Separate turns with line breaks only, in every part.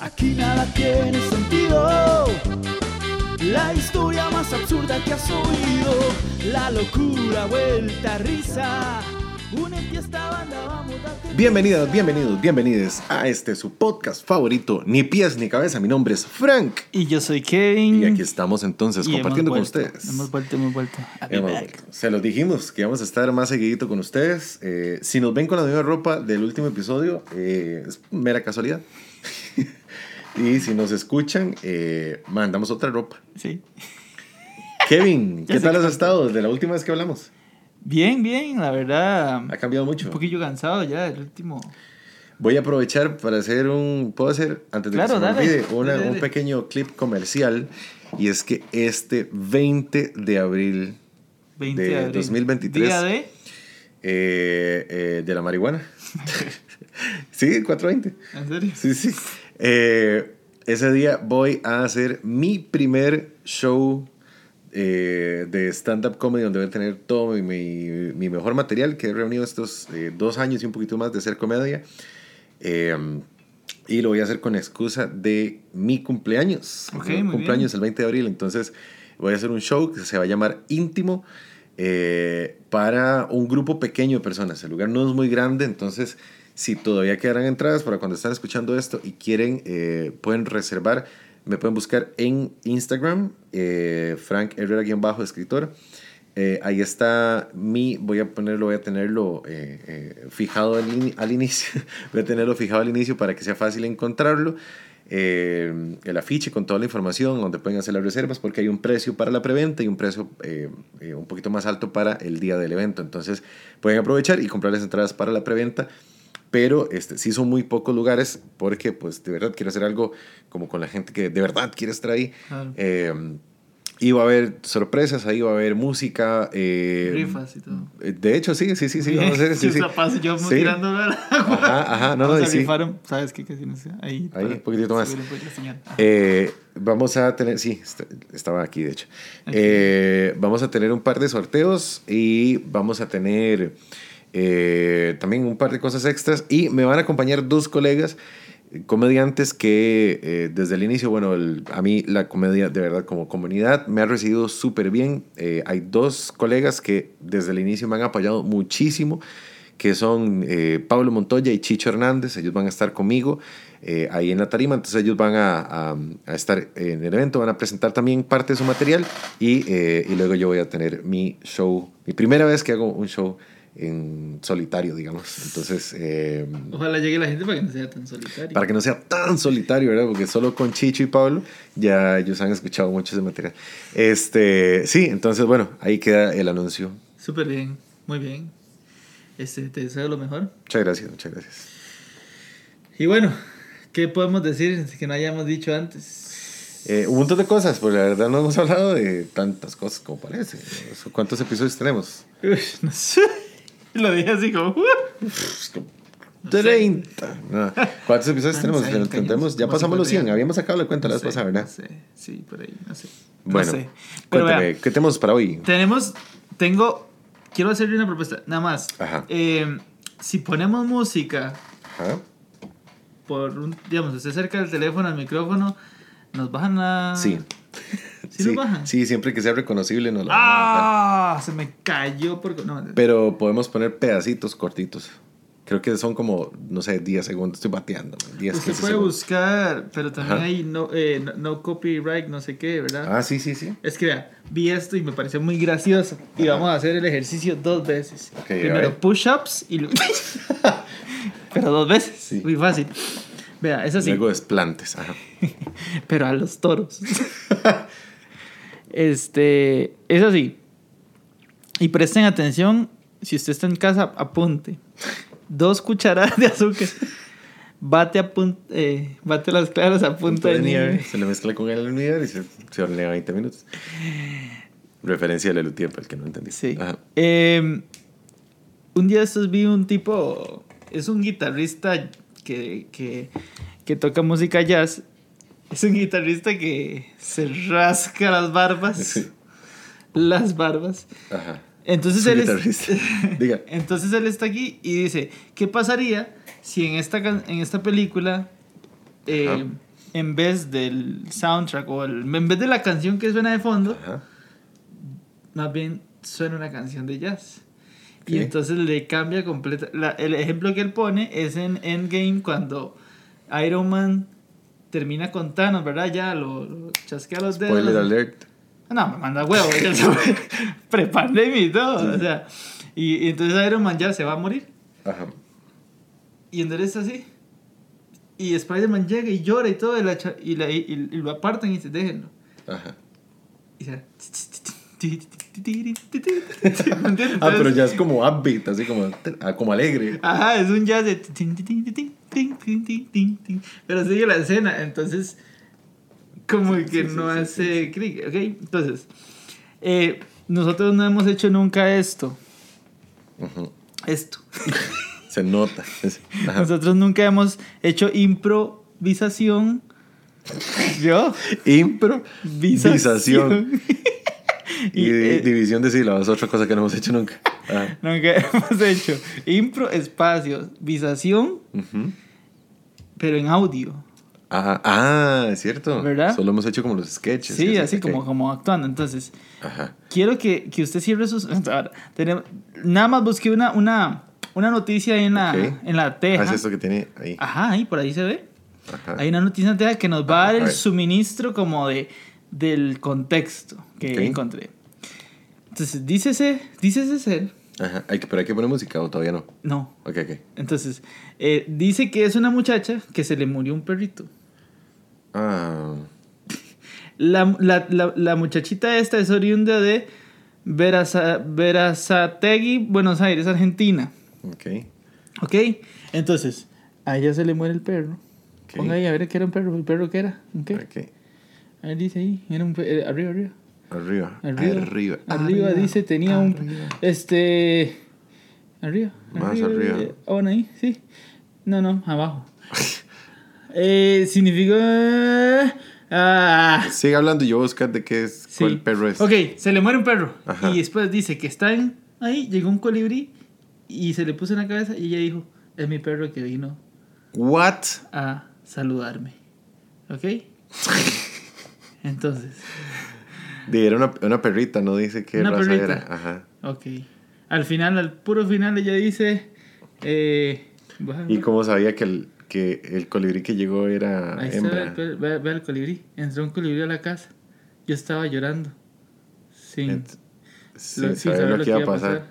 Aquí nada tiene sentido. La historia más absurda que has oído. La locura vuelta a risa. Únete a esta banda, vamos, date
Bienvenidas, bienvenidos, bienvenides a este su podcast favorito, Ni pies ni cabeza. Mi nombre es Frank.
Y yo soy Kevin.
Y aquí estamos entonces
Mm. Y hemos
compartiendo con
vuelto,
ustedes.
Hemos vuelto, hemos vuelto. I'll be
Hemos
back.
vuelto. Se los dijimos que íbamos a estar más seguidito con ustedes. Eh, si nos ven con la misma ropa del último episodio, eh, es mera casualidad. y si nos escuchan, eh, mandamos otra ropa.
Sí.
Kevin,
Ya
¿qué
sé
tal
que-
has estado desde la última vez que hablamos?
Bien, bien, la verdad.
Ha cambiado mucho.
Un poquillo cansado ya del último.
Voy a aprovechar para hacer un. ¿Puedo hacer? Antes de
Claro,
que se me
dale,
olvide, una-
dale, dale.
un pequeño clip comercial. Y es que este 20 de abril
20
De
de abril.
2023.
Día de.
eh, eh, de la marihuana. sí, 420.
¿En serio?
Sí, sí. Eh, ese día voy a hacer mi primer show eh, de stand-up comedy donde voy a tener todo mi, mi- mi mejor material que he reunido estos eh, dos años y un poquito más de ser comedia. Eh, y lo voy a hacer con excusa de mi cumpleaños.
Ok,
Mi
muy
cumpleaños el 20 de abril. Entonces voy a hacer un show que se va a llamar Íntimo eh, para un grupo pequeño de personas. El lugar no es muy grande, entonces si todavía quedarán entradas para cuando están escuchando esto y quieren, eh, pueden reservar. Me pueden buscar en Instagram, eh, Frank Herrera-escritor. Eh, ahí está mi, voy a ponerlo, voy a tenerlo eh, eh, fijado al, ini- al inicio, voy a tenerlo fijado al inicio para que sea fácil encontrarlo. Eh, el afiche con toda la información, donde pueden hacer las reservas, porque hay un precio para la preventa y un precio eh, eh, un poquito más alto para el día del evento. Entonces pueden aprovechar y comprar las entradas para la preventa. Pero este, sí son muy pocos lugares porque pues de verdad quiero hacer algo como con la gente que de verdad quiere estar ahí.
Claro.
Eh, y va a haber sorpresas, ahí va a haber música. eh,
Rifas y todo.
eh, De hecho, sí, sí, sí, sí. Vamos a hacer, sí,
Yo
sí.
la paso yo
Sí.
tirándola al agua.
Ajá, ajá, no,
Vamos
no, y
a
sí.
rifar un- ¿Sabes qué? Casi no sé. Ahí,
Ahí,
para
un poquitito más.
subir un poquito la señal. Ah. Ajá.
Eh, vamos a tener, sí, est- estaba aquí de hecho. Eh, vamos a tener un par de sorteos y vamos a tener eh, también un par de cosas extras y me van a acompañar dos colegas eh, comediantes que eh, desde el inicio, bueno, el- a mí la comedia de verdad como comunidad me ha recibido súper bien. Eh, hay dos colegas que desde el inicio me han apoyado muchísimo que son eh, Pablo Montoya y Chicho Hernández. Ellos van a estar conmigo eh, ahí en la tarima. Entonces ellos van a, a- a estar en el evento, van a presentar también parte de su material y, eh, y luego yo voy a tener mi show, mi primera vez que hago un show en solitario, digamos. Entonces... eh,
Ojalá llegue la gente para que no sea tan solitario.
para que no sea tan solitario, ¿verdad? Porque solo con Chicho y Pablo ya ellos han escuchado mucho ese material. Este, sí, entonces bueno, ahí queda el anuncio.
Súper bien, muy bien. Este, te deseo lo mejor.
Muchas gracias, muchas gracias.
Y bueno, ¿qué podemos decir que no hayamos dicho antes?
Eh, un montón de cosas, pues la verdad no hemos hablado de tantas cosas como parece. ¿Cuántos episodios tenemos?
Uy, no sé. Lo dije así como... "Uh".
Pues, como 30. No. ¿Cuántos episodios
Ah,
tenemos?
no sé,
Tenemos-
cañones,
ya
como
pasamos los 100.
50.
Habíamos sacado la cuenta la
No
vez
sé,
pasada, ¿verdad?
No sé, sí, por ahí, no sé.
Bueno,
no sé. Pero
cuéntame,
vea,
¿qué tenemos para hoy?
tenemos... Tengo... Quiero hacerle una propuesta, nada más.
Ajá.
Eh, si ponemos música Ah,
Ajá.
por un... Digamos, usted cerca del teléfono, al micrófono, nos bajan a...
Ah, Sí.
¿Sí, nos bajan?
sí, siempre que sea reconocible nos la van a bajar.
¡Ah! Se me cayó por... No,
Pero podemos poner pedacitos cortitos. Creo que son como, no sé, 10 segundos. Estoy bateando. 10,
Usted
15
puede
segundos.
buscar, pero también
Ajá.
hay no, eh, no, no copyright, no sé qué, ¿verdad?
Ah, sí, sí, sí.
Es que vea, vi esto y me pareció muy gracioso. Y
Ajá.
vamos a hacer el ejercicio dos veces.
Ok, a
Primero
ver.
push-ups y luego... pero dos veces.
Sí.
Muy fácil. Vea, es así,
Luego desplantes. Ajá.
pero a los toros. este, es así. Y presten atención, si usted está en casa, apunte. Dos cucharadas de azúcar. Bate, a pun- eh, bate las claras a punta,
Punto
de, nieve.
Se le mezcla con el almíbar y se, se hornea 20 minutos. Referencia a Lelutier, para el que no entendí.
Sí.
Ajá.
Eh, un día de estos vi un tipo, es un guitarrista que, que, que toca música jazz. Es un guitarrista que se rasca las barbas.
Sí.
Las barbas.
Ajá.
Entonces
Es un
él, es-
guitarrista. Diga.
entonces él está aquí y dice, ¿qué pasaría si en esta, can- en esta película eh,
Ajá.
en vez del soundtrack o el- en vez de la canción que suena de fondo,
Ajá.
más bien suena una canción de jazz.
Sí.
Y entonces le cambia completa. la- el ejemplo que él pone es en Endgame cuando Iron Man termina con Thanos, ¿verdad? Ya lo, lo chasquea los dedos.
Spoiler alert.
No, me manda huevo. ya sabe. Pre-pandemia y todo. O sea, y, y entonces Iron Man ya se va a morir.
Ajá.
Y entonces está así. Y Spider-Man llega y llora y todo. Y, la cha- y, la- y- y lo apartan y dice, déjenlo.
Ajá.
Y se... ¿Me entiendes?
Ah, pero
Entonces-
ya es como upbeat, así como, ah, como alegre.
Ajá, es un jazz de... tin, tin, tin, tin, tin, tin, tin, tin, tin. Pero sigue la escena, entonces... Como que
sí,
no
sí,
hace clic, ¿ok? Entonces, eh, nosotros no hemos hecho nunca esto.
Ujú.
Esto.
Se nota. Ajá.
Nosotros nunca hemos hecho improvisación. ¿Yo?
Improvisación.
Visación.
Y,
Y,
di-
eh,
división de sílabas, otra cosa que no hemos hecho nunca. Ajá.
Nunca hemos hecho impro, espacio, visación,
Ujú.
pero en audio.
Ah, ah, es cierto.
¿Verdad?
Solo hemos hecho como los sketches.
Sí,
que
así
ok.
como, como actuando. Entonces,
Ajá.
quiero que, que usted cierre sus... Ahora, tenemos- nada más busqué una, una, una noticia ahí en la,
Ok.
en la
Ah,
teja.
es esto que tiene ahí.
Ajá, ahí por ahí se ve.
Ajá.
Hay una noticia en la teja que nos va a dar
A
el
ver.
suministro como de, del contexto que
Ok.
encontré. Entonces, dícese, dícese ser...
Ajá. Hay que, pero hay que poner música o todavía no.
No.
Ok, ok.
Entonces, eh, dice que es una muchacha que se le murió un perrito.
Ah,
La, la- la- la muchachita esta es oriunda de Veraza- Verazategui, Buenos Aires, Argentina.
ok.
¿Ok? Entonces, a ella se le muere el perro.
Ok.
Ponga ahí a ver qué era un perro. ¿El perro qué era? ¿Un qué?
Ok.
A ver, dice ahí. Era un pe- eh, arriba, arriba.
Arriba.
Arriba.
Arriba.
Arriba, dice, tenía un... Este... Arriba.
Más arriba.
eh, ah, bueno, ahí, sí. No, no, abajo. eh, significa... Ah,
Sigue hablando y yo voy a buscar de qué es,
Sí.
cuál perro es.
Ok, se le muere un perro.
Ajá.
Y después dice que están ahí, llegó un colibrí y se le puso en la cabeza y ella dijo, es mi perro que vino
What?
a saludarme. ¿Ok? Entonces,
Di, Era una, una perrita, no dice qué
Una
raza
perrita.
era. Ajá.
ok. Al final, al puro final, ella dice... Eh, bueno,
¿Y cómo sabía que el, que el colibrí que llegó era
ahí está, ve,
hembra?
el per- ve- ve al colibrí. Entró un colibrí a la casa. Yo estaba llorando. Sin,
Ent-
lo-
Sin
sin
saber lo, que iba a pasar.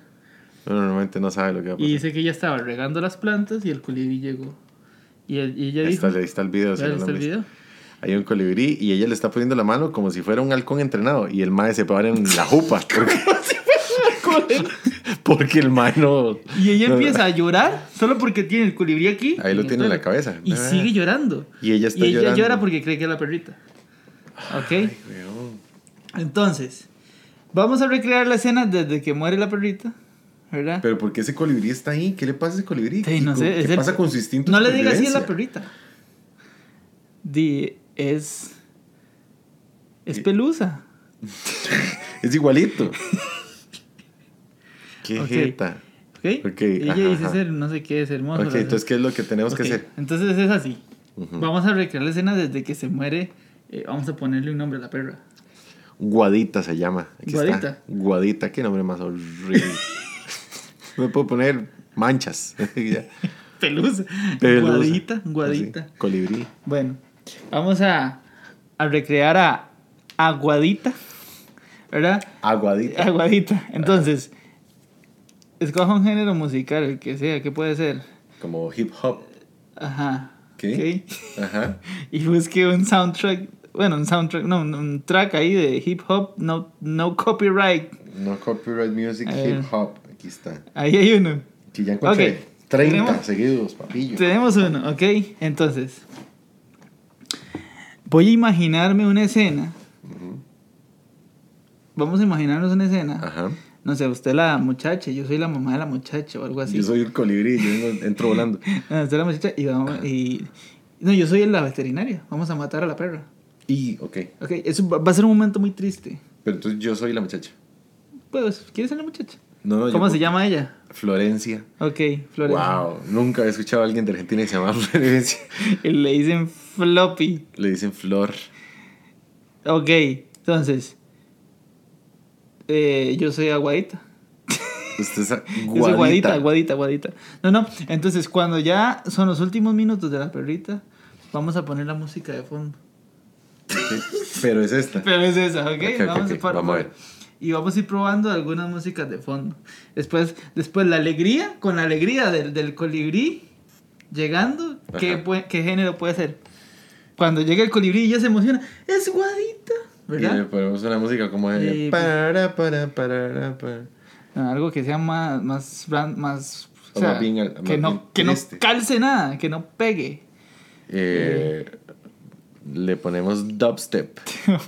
Uno normalmente no sabe lo que va a
Y
pasar.
dice que ella estaba regando las plantas y el colibrí llegó. Y, él- y ella
Ahí
dijo...
está, ahí está el video. si no
¿Vean
lo
este
han visto.
video?
Hay un colibrí y ella le está poniendo la mano como si fuera un halcón entrenado. Y el mae se para en la jupa. Porque, porque el mae no.
Y ella
no-
empieza a llorar solo porque tiene el colibrí aquí.
Ahí lo tiene en la
cabeza.
cabeza. Ah.
Y sigue llorando.
Y ella está
y ella
llorando.
llora porque cree que es la perrita. ¿Ok?
Ay, weón.
Entonces, vamos a recrear la escena desde que muere la perrita. ¿Verdad?
Pero ¿por qué ese colibrí está ahí? ¿Qué le pasa a ese colibrí?
Sí, no
¿Y
sé,
con-
es
¿Qué
el-
pasa con su instinto?
no
de
le digas así a la
supervivencia?
perrita. Di, es. Es pelusa.
Es igualito. Qué
Ok.
jeta.
¿Ok?
Ok,
ella
ajá,
dice
ajá.
ser, no sé qué, es hermoso.
Ok, entonces, ¿qué es lo que tenemos
Ok,
que hacer?
Entonces es así.
Ujú.
Vamos a recrear la escena desde que se muere. eh, vamos a ponerle un nombre a la perra.
Guadita se llama. Aquí Está.
Guadita.
Guadita, qué nombre más horrible. Me puedo poner manchas. Ya.
Pelusa.
Pelusa.
Guadita, guadita.
Así, colibrí.
Bueno, vamos a, a recrear a Aguadita. ¿Verdad?
Aguadita.
Aguadita. Entonces, escoja un género musical, el que sea, que puede ser.
Como hip hop.
Ajá.
¿Qué? Ajá.
ok. Y busque un soundtrack. Bueno, un soundtrack, no, un- un track ahí de hip hop, no, no copyright.
No copyright music,
A ver.
hip hop. Aquí está.
Ahí hay uno.
Aquí ya encontré.
Eh. Ok.
30
Tenemos-
seguidos, papillo.
Tenemos uno, ¿ok? Entonces, voy a imaginarme una escena. Vamos a imaginarnos una escena.
Ajá.
No sé, usted la muchacha, yo soy la mamá de la muchacha o algo así.
Yo soy el colibrí, yo vengo- entro volando.
No, usted es la muchacha y vamos y... No, yo soy la veterinaria. Vamos a matar a la perra.
Y, ok.
Ok, eso va va a ser un momento muy triste.
Pero entonces yo soy la muchacha.
Pues, ¿quieres ser la muchacha?
No, no, yo
¿Cómo se
por-
llama ella?
Florencia.
Ok, Florencia.
Wow, nunca había escuchado a alguien de Argentina que se llamaba Florencia.
Y le dicen floppy.
Le dicen Flor.
Ok, entonces. eh, yo soy aguadita.
Usted es
Yo soy
Pues guadita.
guadita, guadita, guadita. No, no. Entonces, cuando ya son los últimos minutos de la perrita, vamos a poner la música de fondo.
Ok, Pero es esta.
Pero es esa, ¿ok?
Ok, ok,
vamos,
ok,
A par-
vamos a ver.
Y vamos a ir probando algunas músicas de fondo. Después, después la alegría, con la alegría del, del colibrí llegando, ¿qué,
Ajá.
pue- ¿qué género puede ser? Cuando llega el colibrí y ya se emociona, es guadita,
Y le
¿verdad? Eh, pues-
ponemos una música como de.
Y-
Para, para, para, para.
No, algo que sea más, más, bran- más, o
O
sea,
más bien al-
que,
más
no,
bien
que no
triste.
calce nada, que no pegue.
Eh, Le ponemos dubstep.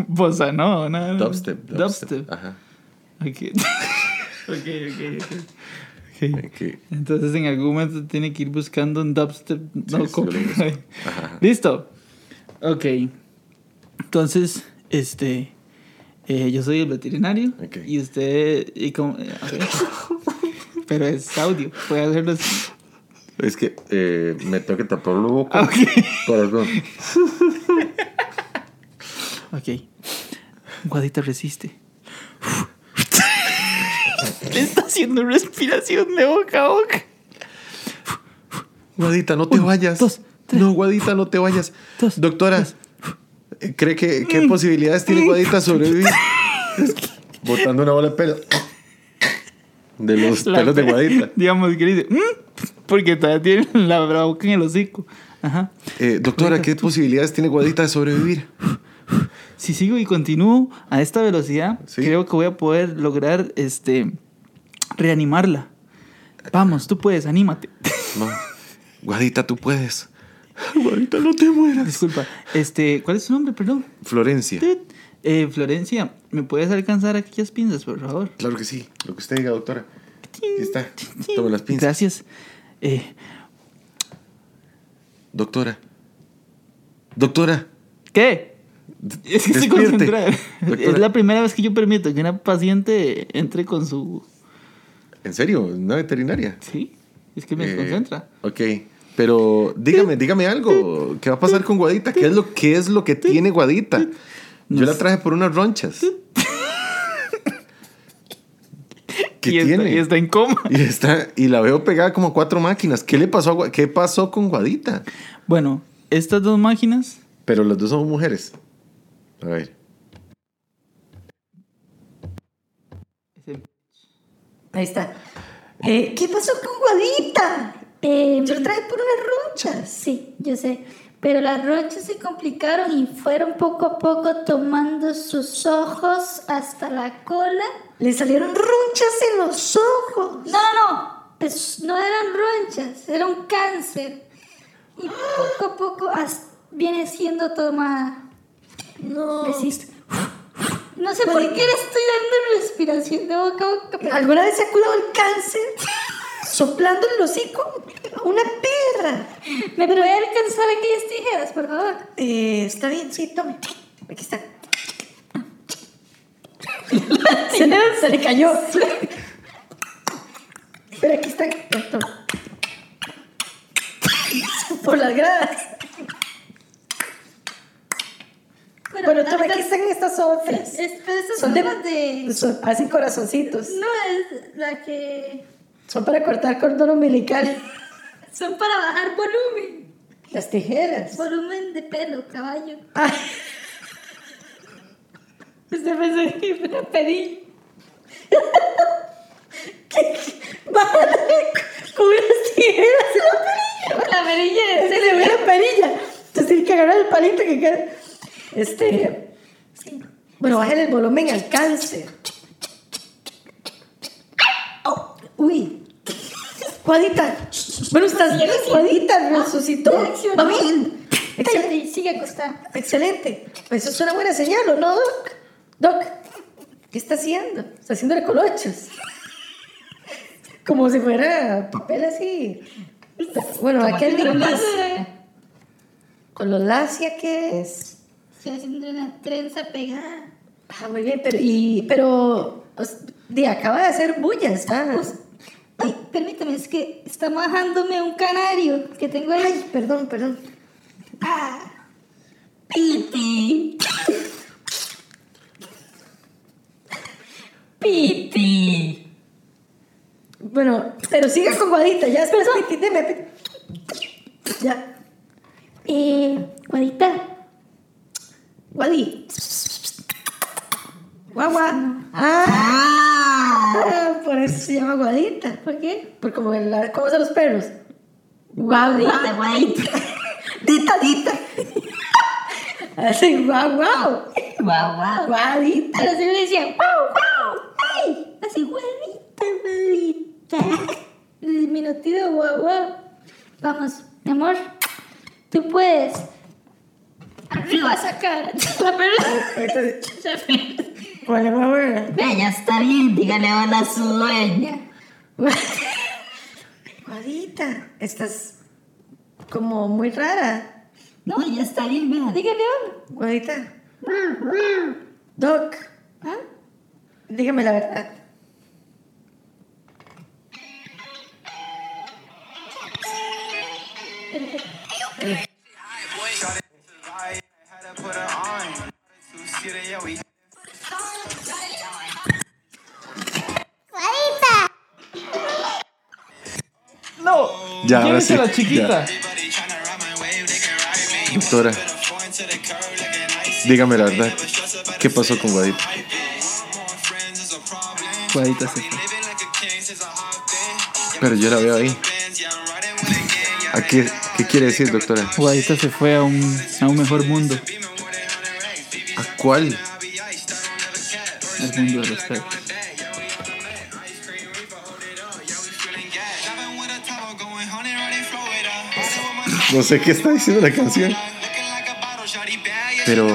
Bossa, no, no. no.
Dubstep. Dubstep. Ah.
Dubstep.
Ajá.
Ok. ok, ok, ok. Ok.
Ok.
Entonces en algún momento tiene que ir buscando un dubstep no
sí, lo busco.
copyright.
Ajá, ajá.
Listo. Ok. Entonces, este. eh, yo soy el veterinario.
Ok.
Y usted. Y como- eh, ok. Pero es audio. Puede hacerlo. así.
Es que eh, me tengo que tapar la boca.
Ah, ok.
Corazón.
Ok. Guadita resiste. Le está haciendo respiración de boca a boca.
Guadita, no te vayas.
dos, tres.
No, Guadita, no te vayas.
Dos,
Doctora, eh, ¿cree que qué posibilidades tiene Guadita sobrevivir? Botando una bola de pelo. De los
La-
Pues, pelos de Guadita.
Digamos que le dice. "Mm", porque todavía tiene la boca en el hocico. Ajá.
Eh, doctora, ¿qué posibilidades tiene Guadita de sobrevivir?
Si sigo y continúo a esta velocidad,
Sí.
creo que voy a poder lograr este reanimarla. Vamos, tú puedes, anímate.
No. Guadita, tú puedes. Guadita, no te mueras.
Disculpa. Este, ¿cuál es su nombre, perdón?
Florencia.
Tut. Eh, Florencia, ¿me puedes alcanzar aquellas pinzas, por favor?
Claro que sí. Lo que usted diga, doctora. Aquí está. Tome las pinzas.
Gracias. Eh,
Doctora. Doctora.
¿Qué? Es que estoy
Despierte,
concentrada.
doctora.
Es la primera vez que yo permito que una paciente entre con su...
¿En serio? ¿Una veterinaria?
Sí, es que me
Eh,
desconcentra.
Ok, pero dígame, dígame algo. ¿Qué va a pasar con Guadita? ¿Qué es lo, qué es lo que tiene Guadita? Yo la traje por unas ronchas. ¿Qué
y, Está,
tiene?
y está en coma.
Y está- y la veo pegada como a cuatro máquinas. ¿Qué le pasó a Gua- ¿Qué pasó con Guadita?
Bueno, estas dos máquinas
Pero las dos somos mujeres. A ver.
Ahí está. Eh, ¿Qué pasó con Guadita?
Eh,
Yo lo traje por unas ronchas.
sí, yo sé. Pero las rochas se complicaron y fueron poco a poco tomando sus ojos hasta la cola.
Le salieron ronchas en los ojos.
No, no, no. Pues no eran ronchas, era un cáncer. Y poco a poco as- viene siendo tomada.
No.
Resisto. No sé por qué le estoy dando respiración de boca a boca, pero
¿Alguna vez se ha curado el cáncer? Soplando el hocico a una perra.
me puede alcanzar aquellas tijeras, por favor.
Eh, está bien, sí, tome. Aquí está. se, le, se le cayó. Pero aquí está. Tome. Por las gradas. Bueno, tome, aquí están estas otras.
Es- pero esas
Son
son
de- pues,
las de...
Son- hacen corazoncitos.
No, es la que...
Son para cortar cordón umbilical.
Son para bajar volumen.
Las tijeras.
Volumen de pelo, caballo.
Ah, Este
Usted pensó que fuera perilla.
bájale con unas tijeras en la perilla.
La perilla
Se le ve la perilla. Entonces tiene que agarrar el palito que queda. Este. Bueno, bájale el volumen al cáncer. Au, Oh, uy. Juanita. Bueno, estás bien, Juanita. Resucitó. Va bien. Excelente.
Cállate, sigue acostada.
Excelente. Pues eso es una buena señal, ¿o no, Doc? Doc, ¿qué está haciendo? Está haciendo recolochos. Como si fuera papel así. Bueno, aquel digo más. Cololasia, ¿qué es?
Estoy haciendo una trenza pegada.
Ah, muy bien, pero, y, pero, o s- De acaba de hacer bullas, ah.
Ay, permítame, es que está bajándome un canario que tengo ahí.
Ay, perdón, perdón.
Ah,
Piti. Piti. Bueno, pero sigue con Guadita, ya espera, Piti, deme, Piti. Ya.
eh, Guadita,
Guadi. Guagua. Ah, por eso se llama Guadita.
¿por qué?
Por como el, ¿cómo son los perros?
Guadita, guadita.
Dita, dita. Hacen guau, guau.
Guau, guau.
Guadita.
A los niños decían, ¡guau, guau! ¡Ay! Así, guadita, guadita. Diminutivo, guau, guau. Vamos, mi amor, tú puedes. Arriba sacar la pelota.
Entonces, ¿Cuál es la buena?
ya está bien, dígale hola a su dueña.
Guadita, estás como muy rara.
No, ya está bien, vea. Dígale hola.
Guadita. Doc,
¿Ah?
dígame la verdad.
No.
Ya, ahora
Llévese
sí,
a la chiquita.
Doctora, dígame la verdad. ¿Qué pasó con Guadita?
Guadita se fue.
Pero yo la veo ahí. ¿A qué, qué quiere decir, doctora?
Guadita se fue a un, a un mejor mundo.
¿A cuál?
El mundo de los perros.
No sé qué está diciendo la canción. Pero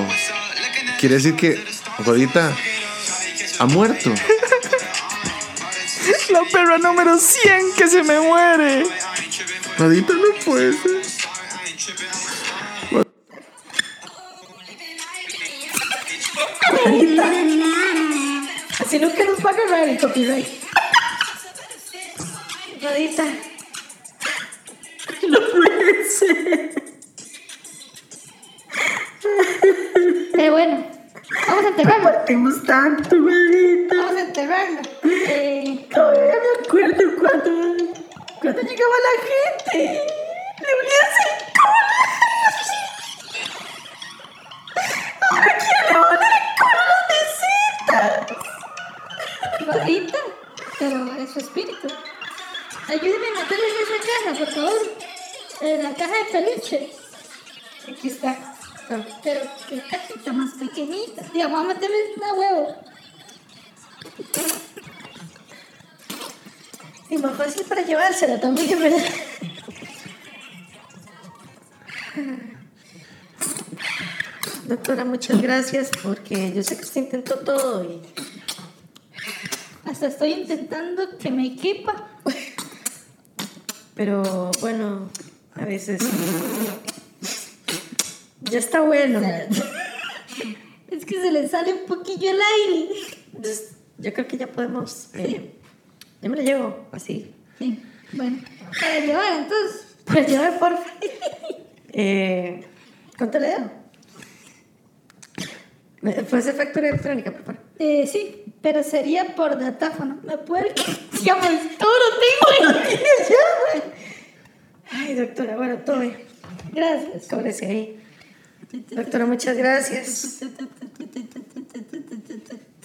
quiere decir que Guadita ha muerto.
La perra número 100 que se me muere.
Guadita no puede ser.
Así nunca nos va a ganar el copyright. Guadita. No puede ser.
Pero bueno, vamos a enterrarlo.
Partimos tanto, Guadita.
Vamos a enterrarlo. Eh,
Todavía me acuerdo cuando, cuando llegaba la gente. Le olía el cola. Ahora quiero el cola a las visitas.
Guadita, pero es su espíritu. Ayúdeme a meterle en esa caja, por favor. En la caja de peluche. Aquí está. Ah. Pero qué cajita más pequeñita. Digamos, vamos a meterle una huevo.
Y más fácil para llevársela también, ¿verdad? Doctora, muchas gracias porque yo sé que usted intentó todo y
Hasta estoy intentando que me quepa.
Pero bueno, a veces. Ya está bueno.
Es que se le sale un poquillo el aire.
Entonces, yo creo que ya podemos. eh, yo me lo llevo así.
Bien, bueno. Para llevar, entonces.
Para llevar, por eh, ¿Cuánto le dedo? Puede ser factura electrónica, por favor.
Eh, sí, pero sería por datáfono. ¿Me puede que- Digamos, todo lo tengo ahí. Ya, güey.
Ay, doctora, bueno, tome.
Gracias.
Cóbrese ahí. Doctora, muchas gracias.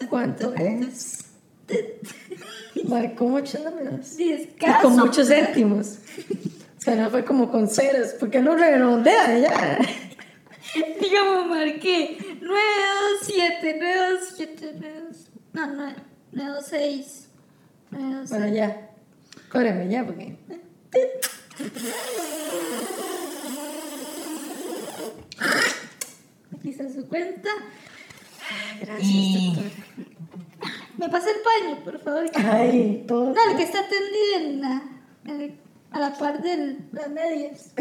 ¿Cuánto es? Marcó muchos números.
Sí, es
Y con
caso.
muchos céntimos. O sea, no fue como con ceros, porque no redondea ya.
Digamos, marqué 927, 927, 927. No, 9, 926.
Bueno, ya. Cóbreme ya, porque.
Aquí está su cuenta.
Gracias, doctora.
Me pasa el paño, por favor.
Ay, todo.
No, el que está tendido en la, en el- a la par de las medias.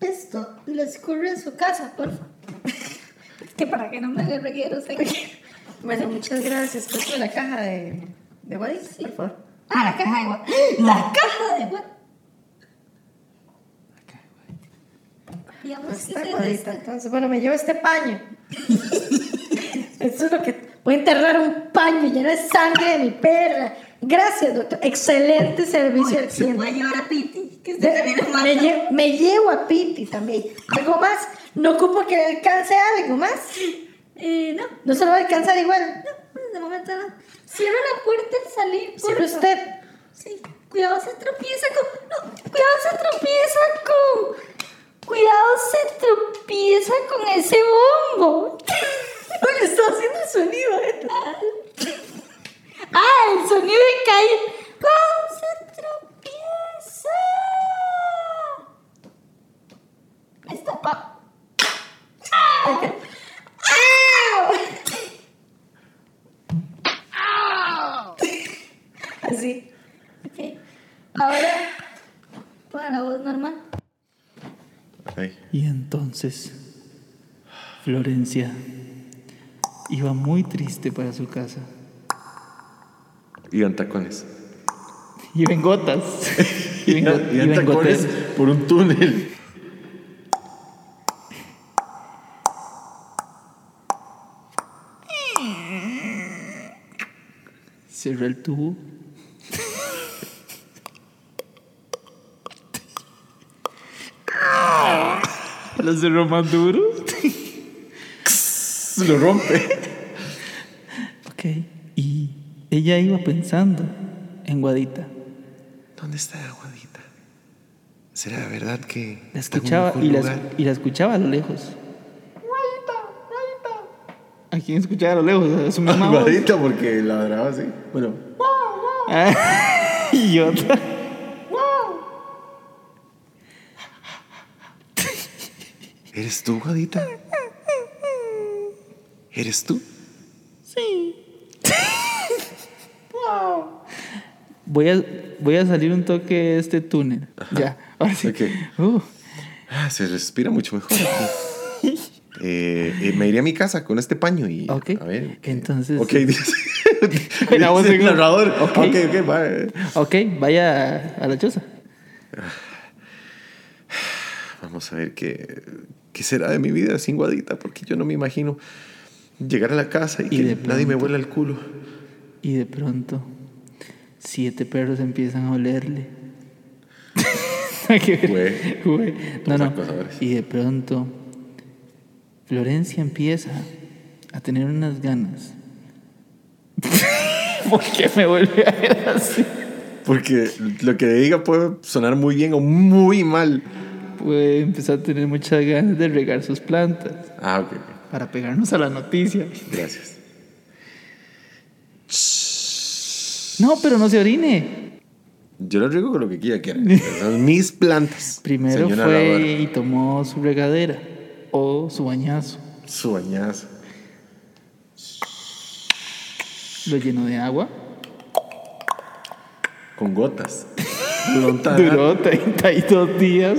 Esto lo les curre en su casa, por favor. Es que para que no me le reguero, sé que-
Bueno, muchas gracias. Pues la caja de, de Wadis, por favor.
Ah, la caja de agua. La caja de agua. Digamos que
Pues Está
es
guadita.
esta.
Entonces, bueno, me llevo este paño. Eso es lo que. Voy a enterrar un paño lleno de sangre de mi perra. Gracias, doctor. Excelente servicio al
Se
cliente.
puede llevar a Piti, que
De-
este también es
me,
malo.
lle- me llevo a Piti también. ¿Algo más? No ocupo que le alcance algo más.
Eh, no,
No se lo va a alcanzar igual.
no, de momento no. Cierra la puerta al salir, por
Siempre
favor.
usted.
Sí, cuidado se tropieza con. No, cuidado se tropieza con. Cuidado se tropieza con ese bombo.
Oye, está haciendo el sonido, ¿eh?
Ah, el sonido de caída. Cuidado se tropieza. Está pa.
Así.
Ok. Ahora, para la voz normal.
Ay.
Y entonces, Florencia iba muy triste para su casa.
Y en tacones.
Iba en gotas.
Y
Iba en, go- iba
en
en
tacones
gotas.
por un túnel.
Cerró el tubo. Lo cerró más duro.
Se lo rompe.
Ok. Y ella iba pensando en Guadita.
¿Dónde está Aguadita? ¿Será verdad que
La
está en un
escuchaba
mejor
y la,
lugar?
escu- y la escuchaba a lo lejos. ¿A quién escuchaba a lo lejos? A su
Ah,
mamá. vos?
Aguadita porque ladraba así. Bueno,
Ah, y otra.
¿eres tú, Aguadita? ¿Eres tú?
Voy a, voy a salir un toque de este túnel. Ya, ahora sí.
Ok.
Uh,
Ah, se respira mucho mejor aquí. Eh, eh, me iré a mi casa con este paño y
Ok.
a ver. ¿qué?
Entonces-
Ok, dice,
Era vos
dice
en
el
un-
narrador.
Ok.
Ok, ok, va. eh.
ok, vaya a la choza.
Vamos a ver qué, qué será de mi vida sin guadita, porque yo no me imagino llegar a la casa y,
Y
que
de
nadie me vuela el culo.
Y de pronto, siete perros empiezan a olerle. Nada que ver. Güey. No,
Los
no.
acosadores.
Y de pronto, Florencia empieza a tener unas ganas. ¿Por qué me vuelve a ver así?
Porque lo que diga puede sonar muy bien o muy mal.
Pues empezó a tener muchas ganas de regar sus plantas
Ah, ok, ok,
para pegarnos a la noticia.
gracias.
No, pero no se orine.
Yo lo riego con lo que quiera, quiera. Son mis plantas.
Primero
señor narrador.
fue y tomó su regadera o su bañazo.
Su bañazo.
Lo llenó de agua
Con gotas. Lontanas.
Duró 32 días.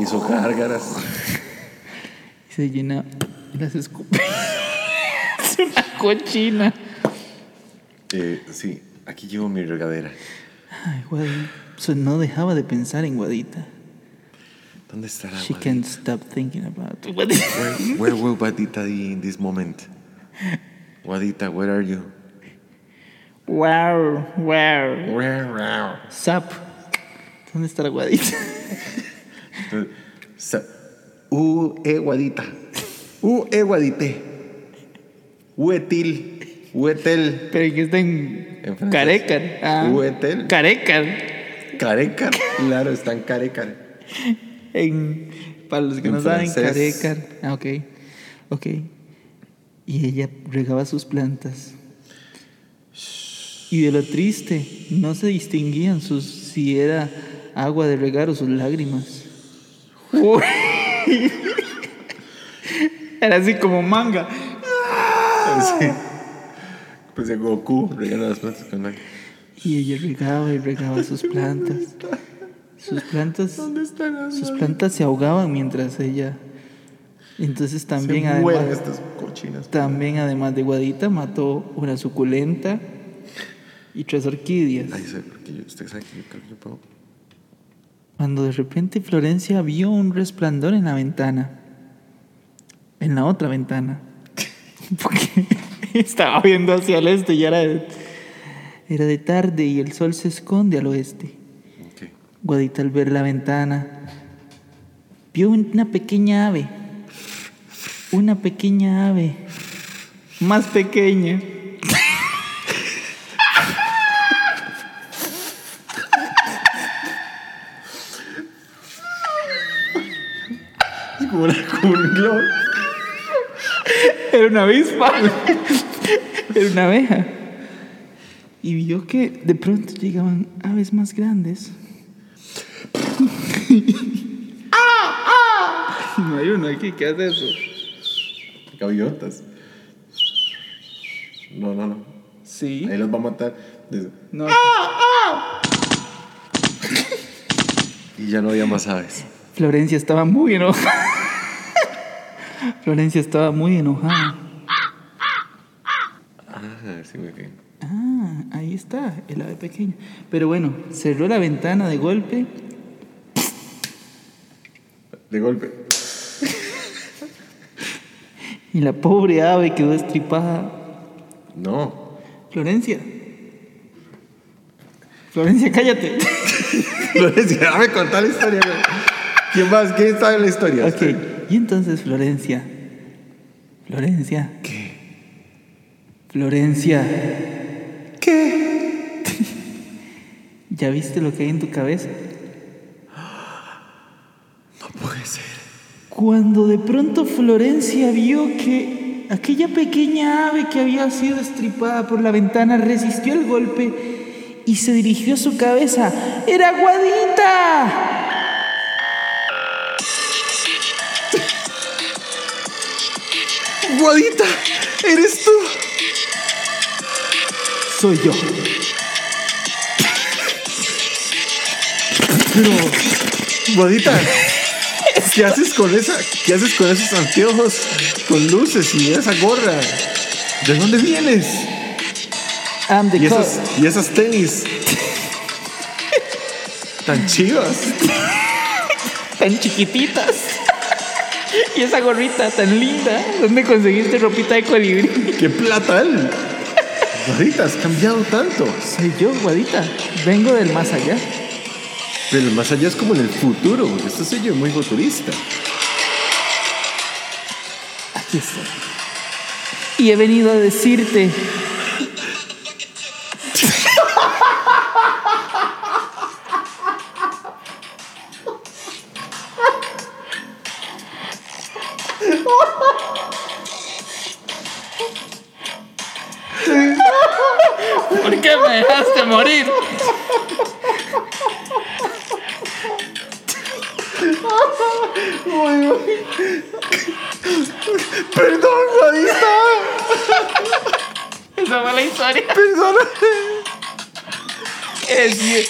Hizo gárgaras.
Y se llena y las escupe. es una cochina.
Eh, sí, aquí llevo mi regadera.
Ay, Guadi. So, no dejaba de pensar en Guadita.
¿Dónde estará
She
Ah, Guadita?
can't stop thinking about Guadita.
Where, where will Guadita be in this moment? Guadita, where are you?
Wow, wow.
Where are
Zap. ¿Dónde está la Guadita?
you? Sa- Uh, eh, Guadita. Uh, eh, Guadite. Uetil. Uetel.
Pero que está en,
En francés.
Carecar. Ah,
Uetel.
Carecar.
Carecar. Claro, está en Carecar.
En, para los que
En
no saben,
francés.
Carecar. Ah, ok. Ok. Y ella regaba sus plantas. Y de lo triste, no se distinguían sus, si era agua de regar o sus lágrimas. Uy. Era así como manga.
Sí. Pues de Goku, regala las plantas con la-
Y ella regaba y regaba sus plantas. Sus plantas,
¿Dónde están las
sus
mami?
plantas se ahogaban mientras ella. Entonces también
Se mueren
además,
estas cochinas.
también además de guadita mató una suculenta y tres orquídeas.
Ay, sé, porque yo, usted sabe que yo creo que yo puedo.
Cuando de repente Florencia vio un resplandor en la ventana. En la otra ventana. Porque estaba viendo hacia el este y era de, era de tarde y el sol se esconde al oeste.
Ok.
Guadita al ver la ventana vio una pequeña ave. Una pequeña ave. Más pequeña.
Es como, una, como un globo.
Era una avispa. Era una abeja. Y vio que de pronto llegaban aves más grandes. No hay uno aquí, ¿qué hace eso?
Gaviotas. No, no, no.
Sí.
Ahí los va a matar. Dice,
No.
Y ya no había más aves.
Florencia estaba muy enojada. Florencia estaba muy enojada.
Ah, sí, muy bien.
Ah, ahí está, el ave pequeña. Pero bueno, cerró la ventana de golpe
De golpe.
y la pobre ave quedó estripada.
No.
Florencia. Florencia, cállate.
Florencia, dame contar la historia, güey. ¿Quién más? ¿Quién sabe la historia?
ok, y entonces Florencia. Florencia. ¿Qué? Florencia. ¿Qué? ¿Ya viste lo que hay en tu cabeza?
No puede ser.
Cuando de pronto Florencia vio que aquella pequeña ave que había sido estripada por la ventana resistió el golpe y se dirigió a su cabeza. ¡Era Guadita!
Guadita, eres tú.
Soy yo.
Pero, Guadita, ¿qué haces con esa? ¿Qué haces con esos anteojos con luces y esa gorra? ¿De dónde vienes?
I'm the
Y
cop.
esas, y esas tenis. Tan chivas.
tan chiquititas. Y esa gorrita tan linda. ¿Dónde conseguiste ropita de colibrí?
¡Qué plata él! Guadita, has cambiado tanto.
Soy yo, Guadita. Vengo del más allá.
Pero el más allá es como en el futuro. porque Esto soy yo muy futurista.
Aquí estoy. Y he venido a decirte. ¿Por qué me dejaste morir?
¡Perdón, Guadita!
Esa fue la historia.
¡Perdóname!
Es you.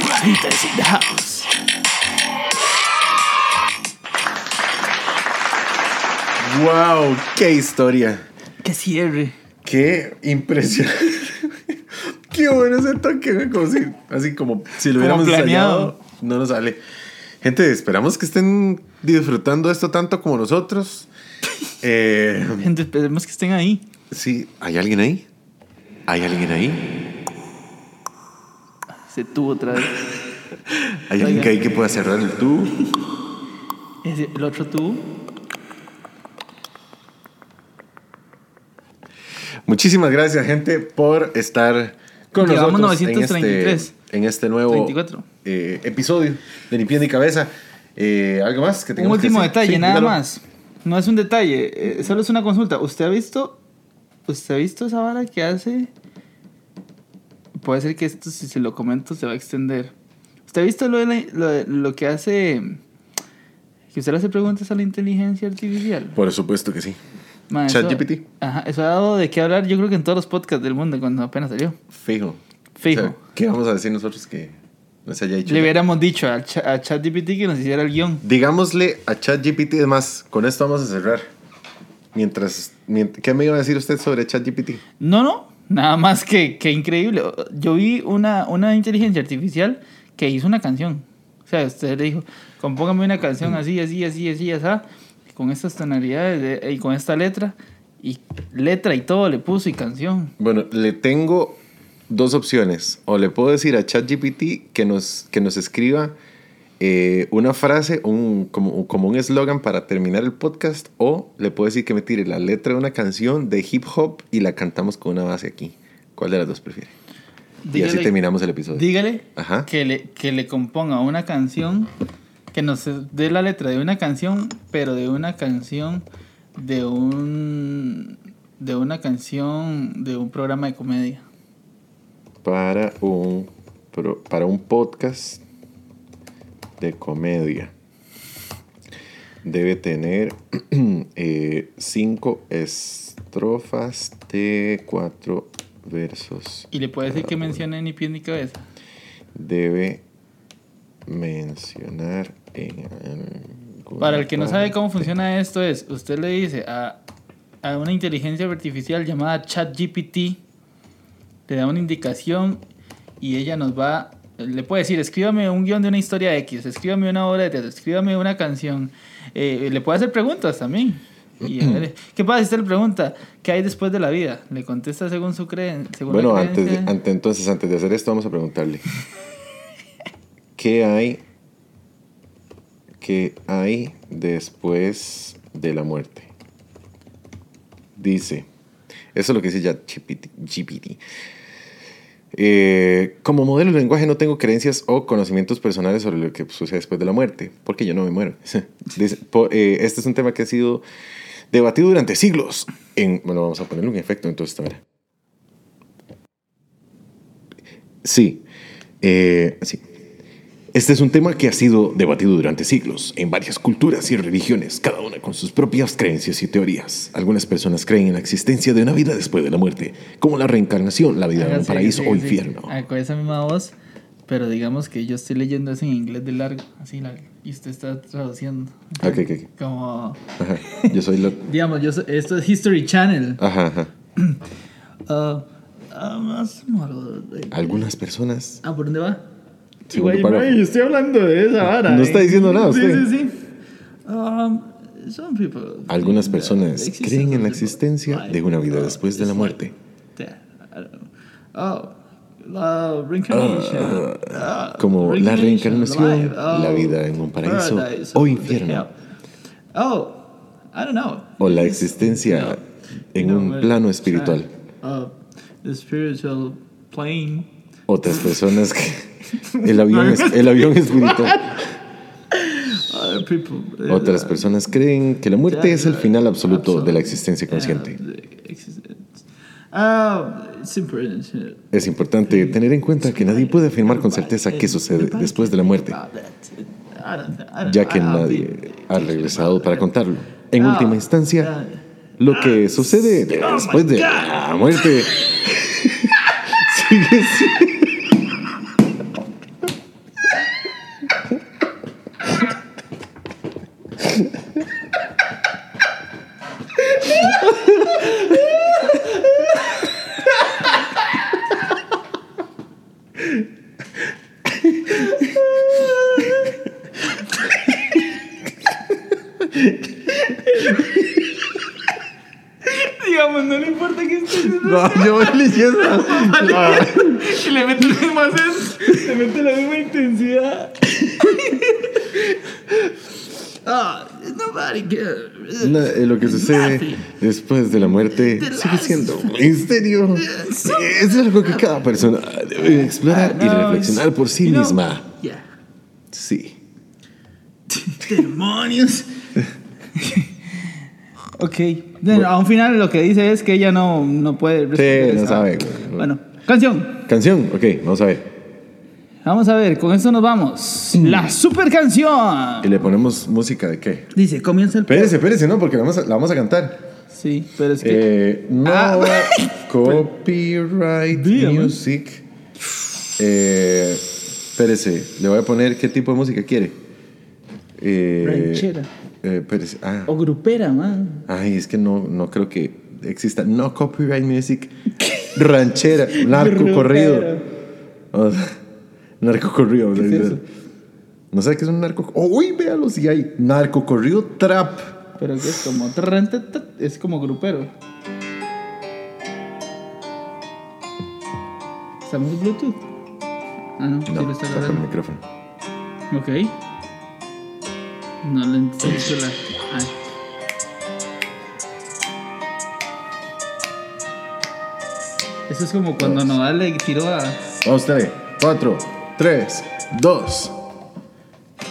Juanita is in the house.
¡Wow! ¡Qué historia!
Que cierre.
¡Qué impresionante! ¡Qué bueno ese toque! güey, Como si, así como si lo hubiéramos
planeado.
planeado. No nos sale. Gente, esperamos que estén disfrutando esto tanto como nosotros. Eh,
Gente, esperemos que estén ahí.
sí, ¿hay alguien ahí? ¿Hay alguien ahí?
Se tuvo otra vez.
¿Hay alguien que ahí que pueda cerrar el tubo?
Ese- El otro tuvo.
Muchísimas gracias, gente, por estar con
Llevamos
nosotros en
933.
este, en este nuevo
34.
eh, episodio de Ni Pie Ni Cabeza. Eh, ¿Algo más que
Un
tengamos que
último
decir?
detalle,
Sí,
nada
dígalo.
más. No es un detalle, eh, solo es una consulta. ¿Usted ha visto? ¿Usted ha visto esa vara que hace? Puede ser que esto, si se lo comento, se va a extender. ¿Usted ha visto lo, de la- lo de- lo que hace? Que usted le hace preguntas a la inteligencia artificial.
Por supuesto que sí.
Ma, eso-
ChatGPT.
Ajá, eso ha dado de qué hablar, yo creo que en todos los podcasts del mundo, cuando apenas salió.
Fijo.
Fijo.
O sea, ¿Qué vamos a decir nosotros que no se haya hecho?
Le hubiéramos dicho al cha- a ChatGPT que nos hiciera el guión.
Digámosle a ChatGPT, es más, con esto vamos a cerrar. Mientras, mient- ¿Qué me iba a decir usted sobre ChatGPT?
No, no, nada más que, que increíble. Yo vi una, una inteligencia artificial que hizo una canción. O sea, usted le dijo, compóngame una canción así, así, así, así, así, con estas tonalidades de- y con esta letra. Y letra y todo le puso y canción.
Bueno, le tengo dos opciones. O le puedo decir a ChatGPT que nos, que nos escriba eh, una frase, un, como, como un eslogan para terminar el podcast. O le puedo decir que me tire la letra de una canción de hip hop y la cantamos con una base aquí. ¿Cuál de las dos prefiere? y así terminamos el episodio.
Dígale
Ajá.
que le, que le componga una canción, que nos dé la letra de una canción, pero de una canción de un de una canción de un programa de comedia.
Para un, pro- para un podcast de comedia. Debe tener eh, cinco estrofas de cuatro versos.
Y le puede decir que mencione ni pie ni cabeza.
Debe mencionar en alguna
Para el que no sabe
parte-
cómo funciona esto es, usted le dice a, a una inteligencia artificial llamada ChatGPT, le da una indicación y ella nos va, le puede decir, escríbame un guión de una historia X, escríbame una obra de teatro, escríbame una canción, Eh, le puede hacer preguntas también. Y a ver, ¿Qué pasa si usted le pregunta qué hay después de la vida? Le contesta según su creen- según la
Bueno,
creencia.
antes de- ante- entonces, antes de hacer esto, vamos a preguntarle. ¿Qué hay? ¿Qué hay después de la muerte? Dice. Eso es lo que dice ya GPT. Eh, como modelo de lenguaje no tengo creencias o conocimientos personales sobre lo que sucede después de la muerte, porque yo no me muero. Dice, po- eh, este es un tema que ha sido debatido durante siglos. En, bueno, vamos a ponerle un efecto entonces ahora. Sí. eh, sí. Este es un tema que ha sido debatido durante siglos en varias culturas y religiones, cada una con sus propias creencias y teorías. Algunas personas creen en la existencia de una vida después de la muerte, como la reencarnación, la vida en
Ajá,
un
sí,
paraíso
sí,
o
sí.
infierno.
Ah, Con esa misma voz, pero digamos que yo estoy leyendo eso en inglés de largo, así largo, y usted está traduciendo.
Ok, ok, ok.
Como,
Ajá. Yo soy lo...
digamos, yo, so- esto es History Channel.
Ajá, ajá.
Ah, ah, más moro-
Algunas personas...
Ah, ¿por dónde va?
Segundo
Güey,
párrafo.
güey, estoy hablando de esa vara. eh.
No está diciendo nada
Sí,
usted.
sí, sí. Um, some people-
Algunas personas
Existen
creen en la
otros tipos.
existencia de una vida
Like,
después de la
it's
muerte.
like that. I don't know. Oh, la reincarnation. Ah,
como la reincarnación,
life. Oh,
la vida en un paraíso
paradise.
o
Oh,
infierno,
hell. Oh, I don't know.
o la existencia en
No,
un
well,
plano espiritual.
uh, the spiritual plane.
Otras personas que... El avión, es- el avión espiritual.
Other people. uh,
Otras personas creen que la muerte es el final absoluto de la existencia consciente.
the uh, existence. Ah, it's important.
Es importante tener en cuenta que nadie puede afirmar con certeza qué sucede después de la muerte,
About that. I don't- I don't-
ya que
I- I'll
nadie
be-
ha regresado para contarlo. En última instancia, lo que sucede después de la muerte sigue siendo...
Digamos, no le importa que esté
No, yo voy leyendo.
Y le mete el mismo acento, le mete la misma intensidad. Ah, nobody cares.
La- eh, lo que
Ah,
sucede después de la muerte sigue siendo un misterio. Es algo que cada persona debe explorar y
Ah, No,
reflexionar por sí
you know,
misma.
Yeah.
Sí.
Demonios. Ok, bueno, a un final lo que dice es que ella no, no puede responder
no
esa-
sabe, güey.
Bueno, canción.
Canción, ok, vamos a ver.
Vamos a ver, con esto nos vamos. La super canción.
¿Y le ponemos música de qué?
Dice, comienza el
Espérese, espérese, no, porque la vamos a, la vamos a cantar.
Sí, pero es que.
Eh, no
Ah.
copyright
Dígame.
music. Eh, espérese, le voy a poner qué tipo de música quiere. Eh,
Ranchera.
eh, espérese, ah.
O grupera, man.
Ay, es que no, no creo que exista. No copyright music. Ranchera, narco corrido. O sea, narco corrido.
¿Qué es eso?
No sé qué es un narco. Oh, uy, véalo si hay. Narco corrido trap.
Pero que es como. trran, ta, ta, Es como grupero. ¿Estamos en Bluetooth? Ah, no, sí
No,
lo está
saca el
grabando.
micrófono.
Ok. No le entiendo la. Ah. Ay. Eso es como cuando Nodal le tiró a.
Vamos, dale. Cuatro, tres, dos.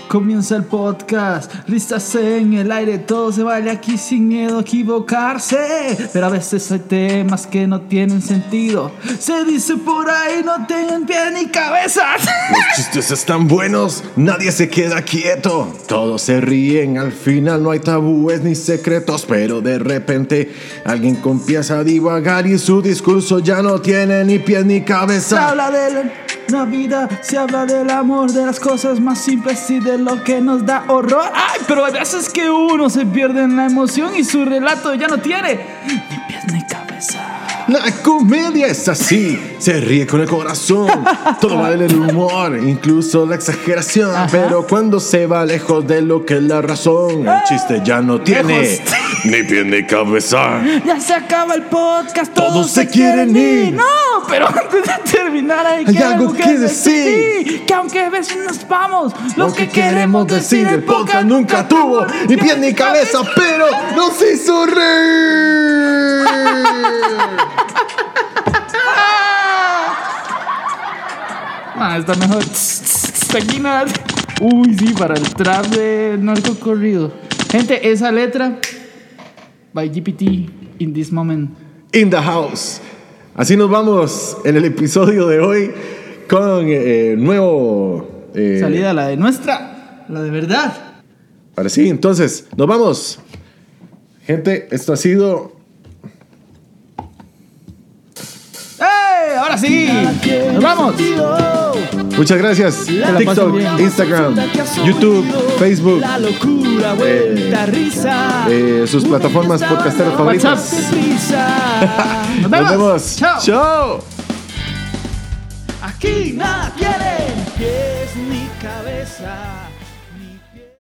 Comienza el podcast, listas en el aire, todo se vale aquí sin miedo a equivocarse. Pero a veces hay temas que no tienen sentido. Se dice por ahí, no tienen pie ni cabeza.
Los chistes están buenos, nadie se queda quieto. Todos se ríen, al final no hay tabúes ni secretos, pero de repente alguien comienza a divagar y su discurso ya no tiene ni pies ni
Se
cabeza.
habla de la- la vida, se habla del amor, de las cosas más simples y de lo que nos da horror. Ay, pero a veces que uno se pierde en la emoción y su relato ya no tiene ni pies ni cabeza.
La comedia es así, se ríe con el corazón, todo vale el humor, incluso la exageración, pero cuando se va lejos de lo que es la razón, el chiste ya no tiene
Lejos.
ni pies ni cabeza.
Ya se acaba el podcast, todos,
Todos se quieren ir.
No, pero antes de terminar hay,
Hay algo que decir.
Que aunque a veces nos vamos,
Lo que queremos decir, el podcast nunca tuvo ni pies ni cabeza, pero nos hizo reír.
Ah, está mejor. Está aquí nada. Uy, sí, para el trap de narco corrido. Gente, esa letra by GPT in this moment.
In the house. Así nos vamos en el episodio de hoy con eh, nuevo. eh,
Salida la de nuestra, la de verdad.
Ahora sí, entonces, nos vamos. Gente, esto ha sido.
¡Eh! Ahora sí. Nos vamos.
Muchas gracias.
la
TikTok,
pasen bien.
Instagram, YouTube, Facebook,
locura,
vuelta,
risa.
eh, sus plataformas podcasteras favoritas.
Nos vemos.
Nos vemos.
Chao.
Chao.
Aquí nada tienen pies ni cabeza.